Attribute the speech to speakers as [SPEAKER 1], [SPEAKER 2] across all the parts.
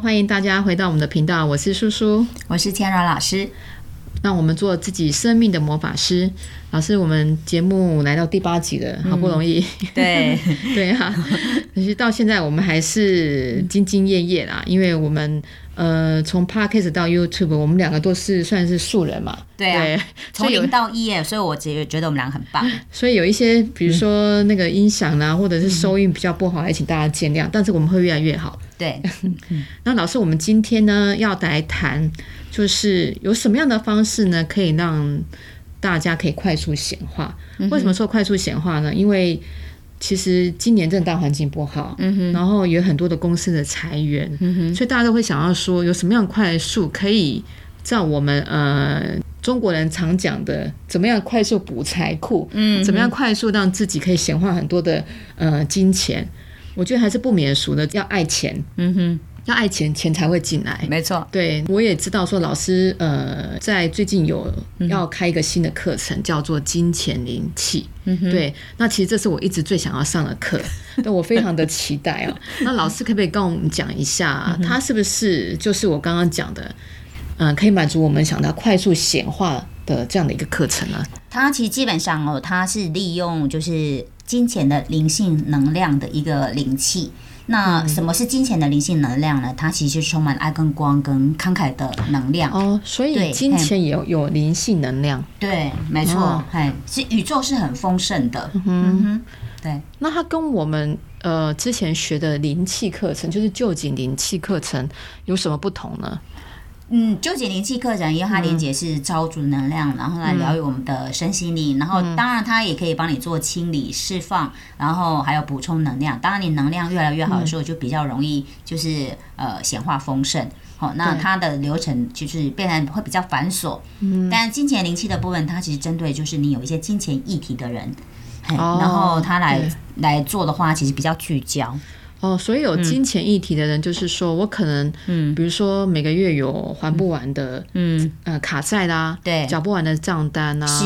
[SPEAKER 1] 欢迎大家回到我们的频道，我是叔叔。
[SPEAKER 2] 我是千柔老师。
[SPEAKER 1] 让我们做自己生命的魔法师。老师，我们节目来到第八集了，好不容易。
[SPEAKER 2] 对，
[SPEAKER 1] 对啊，可是到现在我们还是兢兢业业啦，因为我们呃从 podcast 到 YouTube，我们两个都是算是素人嘛。
[SPEAKER 2] 对啊
[SPEAKER 1] 所
[SPEAKER 2] 从
[SPEAKER 1] 以有
[SPEAKER 2] 零到一耶，所以我觉觉得我们俩很棒。
[SPEAKER 1] 所以有一些，比如说
[SPEAKER 2] 嗯
[SPEAKER 1] 那个音响啦、或者是收音比较不好，还请大家见谅。但是我们会越来越好。
[SPEAKER 2] 对，
[SPEAKER 1] 那老师，我们今天呢要来谈，就是有什么样的方式呢，可以让大家可以快速显化？为什么说快速显化呢？因为其实今年真的大环境不好，然后有很多的公司的裁员，所以大家都会想要说，有什么样快速可以照我们呃中国人常讲的，怎么样快速补财库，嗯，怎么样快速让自己可以显化很多的呃金钱。我觉得还是不免俗的，要爱钱，
[SPEAKER 2] 嗯哼，
[SPEAKER 1] 要爱钱，钱才会进来。
[SPEAKER 2] 没错。
[SPEAKER 1] 对，我也知道说老师呃，在最近有要开一个新的课程，叫做金钱灵气。嗯、对，那其实这是我一直最想要上的 课，但我非常的期待哦。那老师可不可以跟我们讲一下，它是不是就是我刚刚讲的，嗯、可以满足我们想到快速显化的这样的一个课程呢？
[SPEAKER 2] 它其实基本上哦，它是利用就是金钱的灵性能量的一个灵气。那什么是金钱的灵性能量呢？它其实是充满爱跟光跟慷慨的能量。
[SPEAKER 1] 哦，所以
[SPEAKER 2] 对
[SPEAKER 1] 金
[SPEAKER 2] 嘿
[SPEAKER 1] 钱也有有灵性能量。
[SPEAKER 2] 对，没
[SPEAKER 1] 哦
[SPEAKER 2] 错，哎、是宇宙是很丰盛的。嗯哼，对，
[SPEAKER 1] 那它跟我们呃之前学的灵气课程，就是旧景灵气课程有什么不同呢？
[SPEAKER 2] 嗯，纠结灵气课程，因为它
[SPEAKER 1] 嗯
[SPEAKER 2] 连接是超主能量，然后来疗愈我们的身心灵，然后
[SPEAKER 1] 嗯
[SPEAKER 2] 当然它也可以帮你做清理、释放，然后还有补充能量。当然你能量越来越好的时候，就比较容易就是呃显化丰盛。好、那它的流程就是变得会比较繁琐。嗯，但金钱灵气的部分，它其实针对就是你有一些金钱议题的人，嘿
[SPEAKER 1] 哦
[SPEAKER 2] 然后它来
[SPEAKER 1] 对
[SPEAKER 2] 来做的话，其实比较聚焦。
[SPEAKER 1] 哦，所以有金钱议题的人，就是说我可能，嗯，比如说每个月有还不完的，
[SPEAKER 2] 嗯，
[SPEAKER 1] 呃，卡债啦，
[SPEAKER 2] 对
[SPEAKER 1] 缴不完的账单啊，
[SPEAKER 2] 是，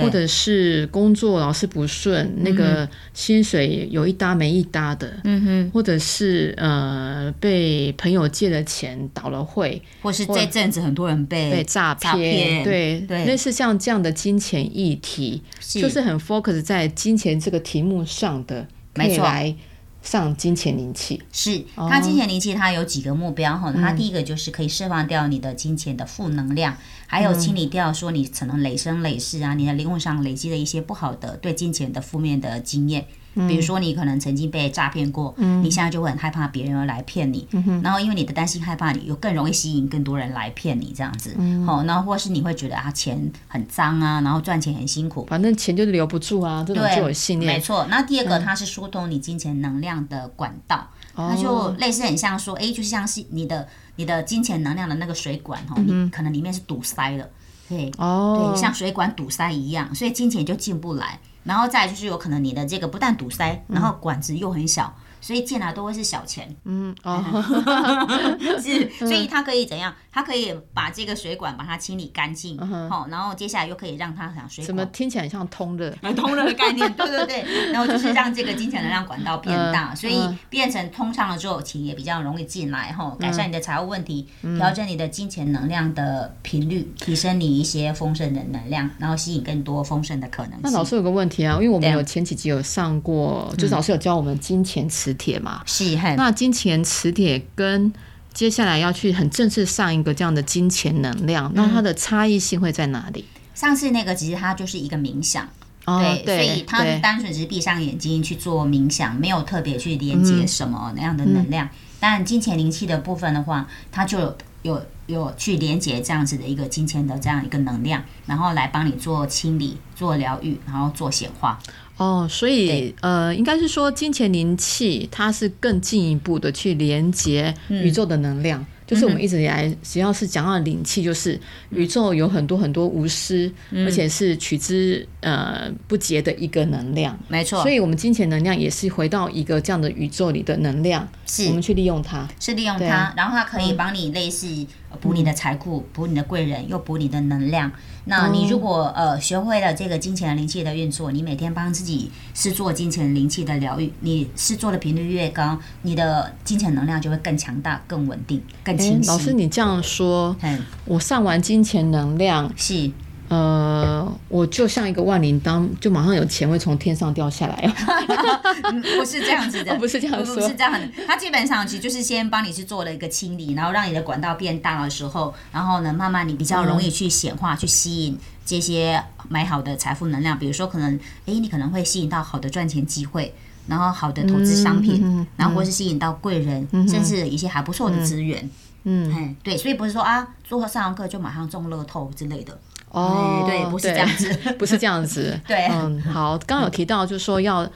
[SPEAKER 1] 或
[SPEAKER 2] 对，嗯
[SPEAKER 1] 者是工作老是不顺，那个薪水有一搭没一搭的，嗯哼，或者是呃被朋友借了钱倒了会，
[SPEAKER 2] 或是这阵子很多人
[SPEAKER 1] 被诈
[SPEAKER 2] 诈骗
[SPEAKER 1] 对
[SPEAKER 2] 对
[SPEAKER 1] 类似像这样的金钱议题，就是很 focus 在金钱这个题目上的，可以
[SPEAKER 2] 没错
[SPEAKER 1] 来上金钱灵气，
[SPEAKER 2] 是，它金钱灵气它有几个目标哈，它第一个就是可以释放掉你的金钱的负能量，还有清理掉说你可能累生累世啊，你的灵魂上累积的一些不好的对金钱的负面的经验。比如说，你可能曾经被诈骗过，你现在就会很害怕别人要来骗你，然后因为你的担心害怕，你又更容易吸引更多人来骗你这样子。哦，那或是你会觉得啊，钱很脏啊，然后赚钱很辛苦，
[SPEAKER 1] 反正钱就留不住啊，这种
[SPEAKER 2] 对，
[SPEAKER 1] 就有信念嗯
[SPEAKER 2] 没。错，那第二个它是疏通你金钱能量的管道，
[SPEAKER 1] 哦
[SPEAKER 2] 它就类似很像说，哎、就像是你的你的金钱能量的那个水管哦，你可能里面是堵塞了，对，
[SPEAKER 1] 嗯哦，
[SPEAKER 2] 对，像水管堵塞一样，所以金钱就进不来。然后再来就是有可能你的这个不但堵塞，然后管子又很小，所以进来都会是小钱。
[SPEAKER 1] 嗯哦，
[SPEAKER 2] 是，
[SPEAKER 1] 嗯
[SPEAKER 2] 所以它可以怎样？它可以把这个水管把它清理干净，好、然后接下来又可以让它想水
[SPEAKER 1] 怎嗯
[SPEAKER 2] 管
[SPEAKER 1] 么听起来很像通的？
[SPEAKER 2] 呃通人的概念， 对对对，然后就是让这个金钱能量管道变大，所以变成通畅了之后，钱也比较容易进来吼，改善你的财务问题，调整你的金钱能量的频率，提升你一些丰盛的能量，然后吸引更多丰盛的可能
[SPEAKER 1] 那老
[SPEAKER 2] 性。
[SPEAKER 1] 师有个问题啊，因为我们
[SPEAKER 2] 对啊嗯
[SPEAKER 1] 有前几集有上过，就是老师有教我们金钱磁铁嘛。
[SPEAKER 2] 是很
[SPEAKER 1] 那金钱磁铁跟接下来要去很正式上一个这样的金钱能量，那
[SPEAKER 2] 嗯
[SPEAKER 1] 它的差异性会在哪里？
[SPEAKER 2] 上次那个其实它就是一个冥想，
[SPEAKER 1] 哦
[SPEAKER 2] 对，所以它
[SPEAKER 1] 对
[SPEAKER 2] 是单纯只是闭上眼睛去做冥想，没有特别去连接什么那样的能量。但金钱灵气的部分的话，它就有有有去连接这样子的一个金钱的这样一个能量，然后来帮你做清理、做疗愈，然后做显化。
[SPEAKER 1] 哦，所以呃，应该是说金钱灵气，它是更进一步的去连接
[SPEAKER 2] 嗯
[SPEAKER 1] 宇宙的能量。就是我们一直以来，只要是讲到灵气，就是
[SPEAKER 2] 嗯
[SPEAKER 1] 宇宙有很多很多无私，而且是取之呃不竭的一个能量。
[SPEAKER 2] 没错
[SPEAKER 1] 所，以，我们金钱能量也是回到一个这样的宇宙里的能量，我
[SPEAKER 2] 是
[SPEAKER 1] 们去利用它。
[SPEAKER 2] 是利用
[SPEAKER 1] 对嗯
[SPEAKER 2] 它，然后它可以帮你类似呃补你的财库，补你的贵人，又补你的能量。
[SPEAKER 1] 哦
[SPEAKER 2] 那你如果呃学会了这个金钱灵气的运作，你每天帮自己是做金钱灵气的疗愈，你是做的频率越高，你的金钱能量就会更强大、更稳定、更
[SPEAKER 1] 哎
[SPEAKER 2] 清，晰。
[SPEAKER 1] 老师，你这样说，
[SPEAKER 2] 嗯，
[SPEAKER 1] 我上完金钱能量，
[SPEAKER 2] 是
[SPEAKER 1] 呃，我就像一个万灵丹，就马上有钱会从天上掉下来哦。
[SPEAKER 2] 嗯不是这样子的，
[SPEAKER 1] 哦不是这样说
[SPEAKER 2] 不是这样的。它基本上其实就是先帮你去做了一个清理，然后让你的管道变大的时候，然后呢，慢慢你比较容
[SPEAKER 1] 嗯
[SPEAKER 2] 易去显化、去吸引这些买好的财富能量。比如说，可能诶，你可能会吸引到好的赚钱机会。然后好的投资商品，
[SPEAKER 1] 嗯嗯嗯
[SPEAKER 2] 然后或是吸引到贵人，甚至一些还不错的资源，
[SPEAKER 1] 嗯，
[SPEAKER 2] 嗯，对，所以不是说啊，做上完课就马上中乐透之类的，
[SPEAKER 1] 哦，
[SPEAKER 2] 嗯对对不是这样子
[SPEAKER 1] 不是这样子。
[SPEAKER 2] 对
[SPEAKER 1] 嗯，好，刚刚有提到，就是说要，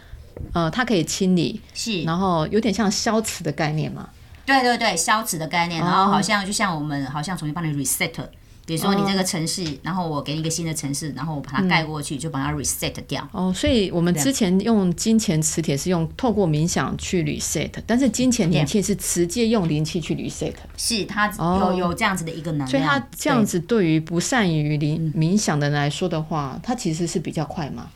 [SPEAKER 1] 呃，它可以清理，
[SPEAKER 2] 是，
[SPEAKER 1] 然后有点像消磁的概念嘛。
[SPEAKER 2] 对对对，消磁的概
[SPEAKER 1] 哦
[SPEAKER 2] 念，然后好像就像我们好像重新帮你 reset，比如说你这个城市，然后我给你一个新的城市，然后我把它盖过去，就把它 reset 掉。
[SPEAKER 1] 哦，所以我们之前用金钱磁铁是用透过冥想去 reset，但是金钱灵气是直接用灵气去 reset，
[SPEAKER 2] 是啊它
[SPEAKER 1] 哦
[SPEAKER 2] 有有这样子的一个能量，
[SPEAKER 1] 所以它这样子对于不善于灵冥想的人来说的话，它其实是比较快嘛。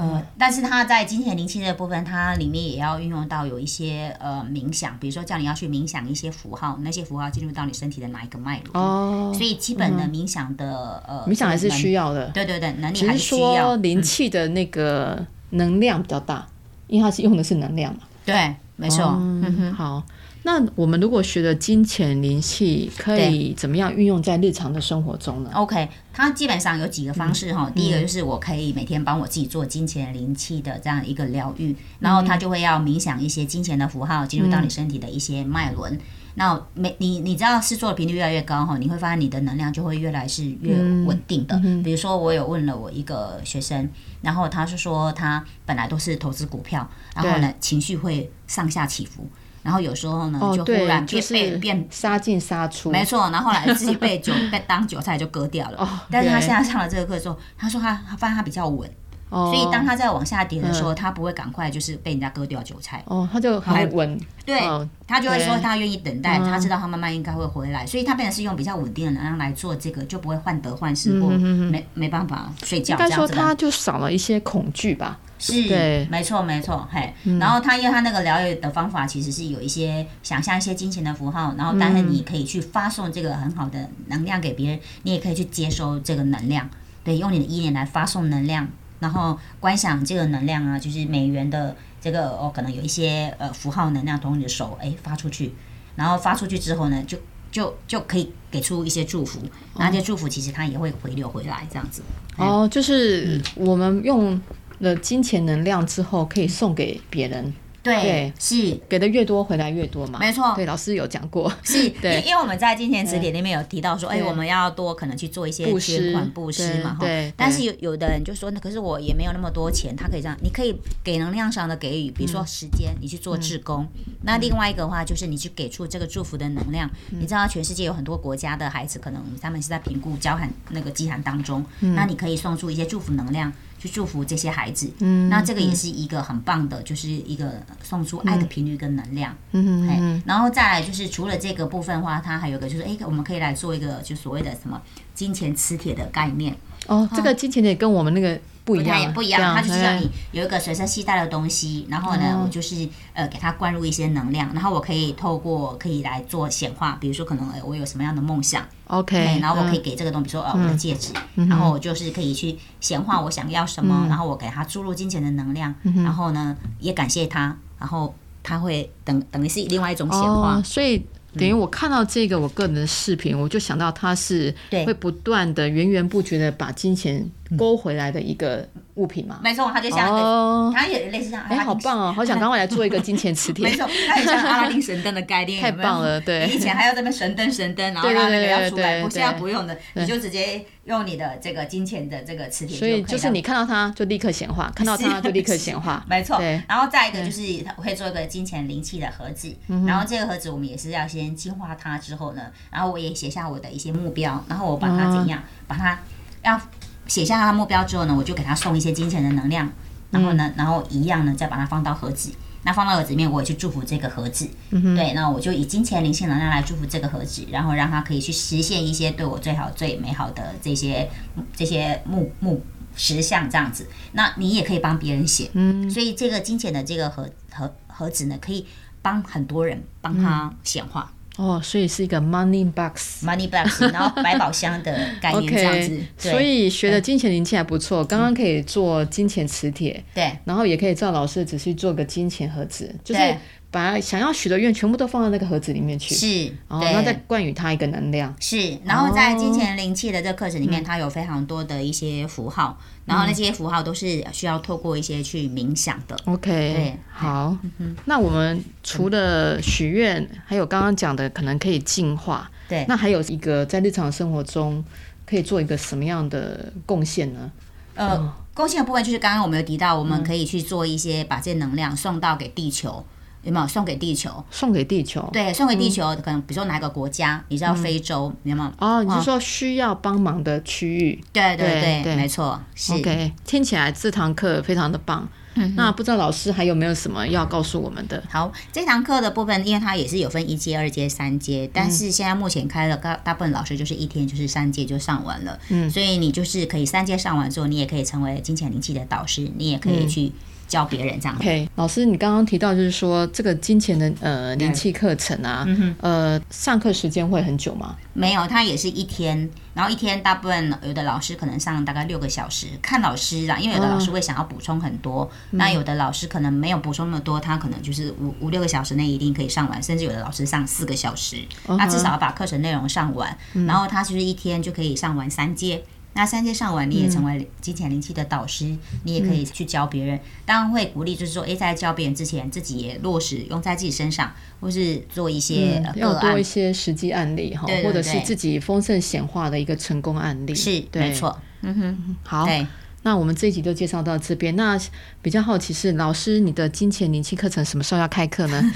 [SPEAKER 2] 呃，但是它在金钱灵气的部分，它里面也要运用到有一些呃冥想，比如说叫你要去冥想一些符号，那些符号进入到你身体的哪一个脉轮。
[SPEAKER 1] 哦，
[SPEAKER 2] 所以基本的冥想的、呃，
[SPEAKER 1] 冥想还是
[SPEAKER 2] 能
[SPEAKER 1] 需要的，
[SPEAKER 2] 对对对，能力
[SPEAKER 1] 只
[SPEAKER 2] 还
[SPEAKER 1] 是
[SPEAKER 2] 是需要嗯
[SPEAKER 1] 说灵气的那个能量比较大，因为它是用的是能量嘛。
[SPEAKER 2] 对，没错，嗯哼。
[SPEAKER 1] 嗯，好。那我们如果学了金钱灵气，可以怎么样运用在日常的生活中呢？
[SPEAKER 2] OK，它基本上有几个方
[SPEAKER 1] 嗯
[SPEAKER 2] 式哈、第一个就是我可以每天帮我自己做金钱灵气的这样一个疗
[SPEAKER 1] 嗯
[SPEAKER 2] 愈，然后它就会要冥想一些金钱的符号进入到你身体的一些脉轮。那每你你知道试做的频率越来越高哈，你会发现你的能量就会越来是越
[SPEAKER 1] 嗯
[SPEAKER 2] 稳定的。比如说我有问了我一个学生，然后他是说他本来都是投资股票，然后呢情绪会上下起伏，然后有时候呢
[SPEAKER 1] 哦，
[SPEAKER 2] 就忽
[SPEAKER 1] 对
[SPEAKER 2] 然，
[SPEAKER 1] 就
[SPEAKER 2] 变变
[SPEAKER 1] 是
[SPEAKER 2] 变
[SPEAKER 1] 杀进杀出，
[SPEAKER 2] 没错，然后后来自己被 韭被当韭菜就割掉了。
[SPEAKER 1] 哦
[SPEAKER 2] 但是他
[SPEAKER 1] 对
[SPEAKER 2] 现在上了这个课之后，他说他他发现他比较稳，
[SPEAKER 1] 哦，嗯
[SPEAKER 2] 所以当他再往下跌的时候，他不会赶快就是被人家割掉韭菜，
[SPEAKER 1] 哦，他就很稳，
[SPEAKER 2] 对
[SPEAKER 1] 哦
[SPEAKER 2] 他就会说
[SPEAKER 1] 对嗯
[SPEAKER 2] 他愿意等待，他知道他慢慢应该会回来，所以他变成是用比较稳定的能量来做这个，就不会患得患
[SPEAKER 1] 嗯
[SPEAKER 2] 失或没没办法睡觉
[SPEAKER 1] 应
[SPEAKER 2] 这
[SPEAKER 1] 该
[SPEAKER 2] 样
[SPEAKER 1] 说
[SPEAKER 2] 子的。
[SPEAKER 1] 他就少了一些恐惧吧。
[SPEAKER 2] 是
[SPEAKER 1] 对，嗯
[SPEAKER 2] 没错没错，嘿。然后他因为他那个疗愈的方法其实是有一些想象一些金钱的符号，然后但是
[SPEAKER 1] 嗯
[SPEAKER 2] 你可以去发送这个很好的能量给别人，你也可以去接收这个能量，对，用你的意念来发送能量，然后观想这个能量啊，就是美元的这个哦，可能有一些呃符号能量从你的手哎发出去，然后发出去之后呢，就就就可以给出一些祝福，那些祝福其实它也会回流回来这样子。
[SPEAKER 1] 哦，
[SPEAKER 2] 嗯
[SPEAKER 1] 就是我们用了金钱能量之后，可以送给别人，对
[SPEAKER 2] 是
[SPEAKER 1] 给的越多，回来越多嘛。
[SPEAKER 2] 没错
[SPEAKER 1] 对，老师有讲过，
[SPEAKER 2] 是，因
[SPEAKER 1] 对
[SPEAKER 2] 因为我们在金钱词典里面有提到说，哎，
[SPEAKER 1] 对
[SPEAKER 2] 我们要多可能去做一些
[SPEAKER 1] 布施
[SPEAKER 2] 捐款布施嘛，哈
[SPEAKER 1] 对对。
[SPEAKER 2] 但是有有的人就说，那可是我也没有那么多钱，他可以这样，你可以给能量上的给予，比如说时间，你去做志工。
[SPEAKER 1] 嗯
[SPEAKER 2] 那另外一个的话，就是你去给出这个祝福的能量。
[SPEAKER 1] 嗯
[SPEAKER 2] 你知道，全世界有很多国家的孩子，可能他们是在评估交喊那个饥寒当中，
[SPEAKER 1] 嗯
[SPEAKER 2] 那你可以送出一些祝福能量。去祝福这些孩子，嗯，那这个也是一个很棒的，就是一个送出爱的频率跟能量，
[SPEAKER 1] 嗯
[SPEAKER 2] 哎，然后再来就是除了这个部分的话，它还有一个就是，哎，我们可以来做一个就所谓的什么金钱磁铁的概念，
[SPEAKER 1] 哦，这个金钱也跟我们那个不一样嗯
[SPEAKER 2] 它也
[SPEAKER 1] 啊，
[SPEAKER 2] 嗯不一
[SPEAKER 1] 这
[SPEAKER 2] 样，它就是让
[SPEAKER 1] 哎
[SPEAKER 2] 你有一个随身携带的东西，然后呢，我就是呃给它灌入一些能量，然后我可以透过可以来做显化，比如说可能哎我有什么样的梦想，
[SPEAKER 1] OK，
[SPEAKER 2] 对，然后我可
[SPEAKER 1] 以
[SPEAKER 2] 以给这个东西，比如说
[SPEAKER 1] 嗯
[SPEAKER 2] 呃我的戒指，然后我就是可以去显化我想要什么，
[SPEAKER 1] 嗯
[SPEAKER 2] 然后我给他注入金钱的能量，然后呢也感谢他，然后他会等等于是另外一种显化。嗯
[SPEAKER 1] 哦，所以。等于我看到这个我个人的视频，我就想到它是
[SPEAKER 2] 对
[SPEAKER 1] 会不断的源源不绝的把金钱勾回来的一个物品嘛。
[SPEAKER 2] 没错，它就像一个，
[SPEAKER 1] 哦，
[SPEAKER 2] 它也类似像阿拉
[SPEAKER 1] 哎、
[SPEAKER 2] 丁
[SPEAKER 1] 好棒哦，好想赶快来做一个金钱磁
[SPEAKER 2] 没
[SPEAKER 1] 铁。
[SPEAKER 2] 错，它也像阿拉丁神灯的概念，
[SPEAKER 1] 太
[SPEAKER 2] 有没有
[SPEAKER 1] 棒了对
[SPEAKER 2] 你以前还要在那边神灯神灯，然后
[SPEAKER 1] 对对
[SPEAKER 2] 让那个
[SPEAKER 1] 对
[SPEAKER 2] 要
[SPEAKER 1] 对
[SPEAKER 2] 出来，
[SPEAKER 1] 对
[SPEAKER 2] 不，
[SPEAKER 1] 对
[SPEAKER 2] 现在不用的，
[SPEAKER 1] 对
[SPEAKER 2] 你就直接用你的这个金钱的这个磁铁，
[SPEAKER 1] 所以就是
[SPEAKER 2] 你。。
[SPEAKER 1] 你看到它就立刻显化，看到它就立刻显化
[SPEAKER 2] 没错
[SPEAKER 1] 对，，
[SPEAKER 2] 然后再一个就是它会做一个金钱灵气的盒子，然后这个盒子我们也是要先净化它之后呢，然后我也写下我的一些目标，然后我把它怎样，把它要写下它的目标之后呢，我就给它送一些金钱的能量，然后呢，然后一样呢再把它放到盒子，那放到盒子里面，我也去祝福这个盒子。嗯、对，那我就以金钱灵性能量来祝福这个盒子，然后让它可以去实现一些对我最好、最美好的这些这些目目实相这样子。那你也可以帮别人写，嗯，所以这个金钱的这个盒盒盒子呢，可以帮很多人帮
[SPEAKER 1] 嗯
[SPEAKER 2] 他显化。
[SPEAKER 1] 哦，所以是一个 money box。
[SPEAKER 2] money box，然后百宝箱的概念这样子
[SPEAKER 1] OK，
[SPEAKER 2] 对嗯
[SPEAKER 1] 所以学的金钱灵气还不错，刚刚可以做金钱磁铁，
[SPEAKER 2] 对
[SPEAKER 1] 然后也可以照老师只是做个金钱盒子，就是
[SPEAKER 2] 对
[SPEAKER 1] 把想要许的愿全部都放到那个盒子里面去，
[SPEAKER 2] 是，
[SPEAKER 1] 哦，
[SPEAKER 2] 对
[SPEAKER 1] 然后再灌予它一个能量。
[SPEAKER 2] 是，然后在金钱灵气的这个课程里
[SPEAKER 1] 哦
[SPEAKER 2] 面，它有非常多的一些符号，
[SPEAKER 1] 嗯
[SPEAKER 2] 然后那些符号都是需要透过一些去冥想的。
[SPEAKER 1] OK，
[SPEAKER 2] 对嗯
[SPEAKER 1] 好，那我们除了许愿，还有刚刚讲的可能可以净化，
[SPEAKER 2] 对
[SPEAKER 1] 那还有一个在日常生活中可以做一个什么样的贡献呢？
[SPEAKER 2] 呃，贡献的部分就是刚刚我们有提到，我们可
[SPEAKER 1] 嗯
[SPEAKER 2] 以去做一些把这能量送到给地球，有没有送给地球？
[SPEAKER 1] 送给地球。
[SPEAKER 2] 对，送给
[SPEAKER 1] 嗯
[SPEAKER 2] 地球，可能比如说哪个国家，你知道非洲，有没有？
[SPEAKER 1] 哦，你是说需要帮忙的区域
[SPEAKER 2] 对
[SPEAKER 1] 对
[SPEAKER 2] 对
[SPEAKER 1] 对
[SPEAKER 2] 对，没错，是。
[SPEAKER 1] ？OK，听起来这堂课非常的棒。
[SPEAKER 2] 嗯
[SPEAKER 1] 那不知道老师还有没有什么要告诉我们的？
[SPEAKER 2] 好，这堂课的部分，因为它也是有分一阶、二阶、三阶，
[SPEAKER 1] 嗯
[SPEAKER 2] 但是现在目前开了，大大部分老师就是一天就是三阶就上完了，嗯，所以你就是可以三阶上完之后，你也可以成为金钱灵气的导师，你也可
[SPEAKER 1] 嗯
[SPEAKER 2] 以去教别人这样子。
[SPEAKER 1] OK，老师，你刚刚提到就是说这个金钱的呃灵气课程啊，
[SPEAKER 2] 嗯
[SPEAKER 1] 呃，上课时间会很久吗？
[SPEAKER 2] 没有，它也是一天，然后一天大部分有的老师可能上大概六个小时，看老师啦，因为有的老师会想要补充很多，
[SPEAKER 1] 嗯
[SPEAKER 2] 那有的老师可能没有补充那么多，他可能就是五五六个小时内一定可以上完，甚至有的老师上四个小时，
[SPEAKER 1] 嗯
[SPEAKER 2] 那至少要把课程内容上完，然后他就是一天就可以上完三阶。那三阶上完，你
[SPEAKER 1] 嗯
[SPEAKER 2] 也成为金钱灵气的导师，你也可以去教别人。当然会鼓励，就是说，诶，在教别人之前，自己也落实用在自己身上，或是做一些呃
[SPEAKER 1] 嗯要
[SPEAKER 2] 个案
[SPEAKER 1] 多一些实际案例哈，
[SPEAKER 2] 对对
[SPEAKER 1] 或者是
[SPEAKER 2] 对
[SPEAKER 1] 自己丰盛显化的一个成功案例。
[SPEAKER 2] 是
[SPEAKER 1] 对
[SPEAKER 2] 没。错，
[SPEAKER 1] 好，
[SPEAKER 2] 对。
[SPEAKER 1] 那我们这一集就介绍到这边。那比较好奇是，老师你的金钱灵气课程什么时候要开课呢？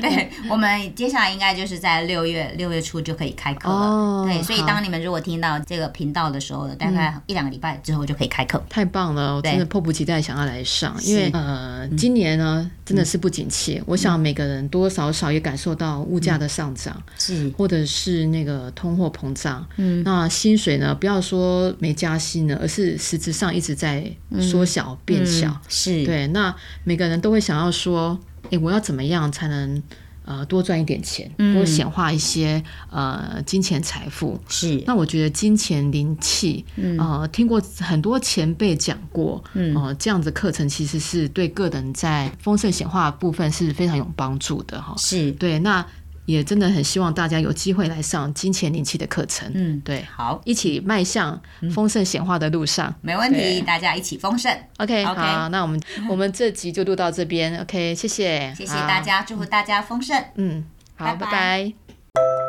[SPEAKER 2] 对，我们接下来应该就是在六月六月初就可以开课了。
[SPEAKER 1] 哦嗯
[SPEAKER 2] 对，所以
[SPEAKER 1] 好
[SPEAKER 2] 当你们如果听到这个频道的时候，大概一两个礼拜之后就可以开课。
[SPEAKER 1] 太棒了，我
[SPEAKER 2] 对
[SPEAKER 1] 真的迫不及待想要来上，因为呃，今年呢真的是不景气，我想每个人多多少少也感受到物价的上涨，
[SPEAKER 2] 是
[SPEAKER 1] 或者是那个通货膨胀。嗯，那薪水呢，不要说没加薪了，而是实质上一直在缩小、变小。
[SPEAKER 2] 是，
[SPEAKER 1] 对，那每个人都会想要说，诶，我要怎么样才能呃多赚一点钱，多显化一些呃金钱财富？
[SPEAKER 2] 是
[SPEAKER 1] 那我觉得金钱灵气，呃，听过很多前辈讲过，嗯，呃，这样子课程其实是对个人在丰盛显化部分是非常有帮助的哈。
[SPEAKER 2] 是。
[SPEAKER 1] 对，那也真的很希望大家有机会来上金钱灵气的课程，嗯，对，
[SPEAKER 2] 好，
[SPEAKER 1] 一起迈向丰盛显化的路上。
[SPEAKER 2] 没问
[SPEAKER 1] 对
[SPEAKER 2] 题，大家一起丰盛。
[SPEAKER 1] OK，,
[SPEAKER 2] OK
[SPEAKER 1] 好，那我们我们这集就录到这边。OK，谢谢，
[SPEAKER 2] 谢谢
[SPEAKER 1] 好
[SPEAKER 2] 大，家，祝福大家丰盛。
[SPEAKER 1] 嗯，好，
[SPEAKER 2] 拜
[SPEAKER 1] 拜
[SPEAKER 2] 拜
[SPEAKER 1] 拜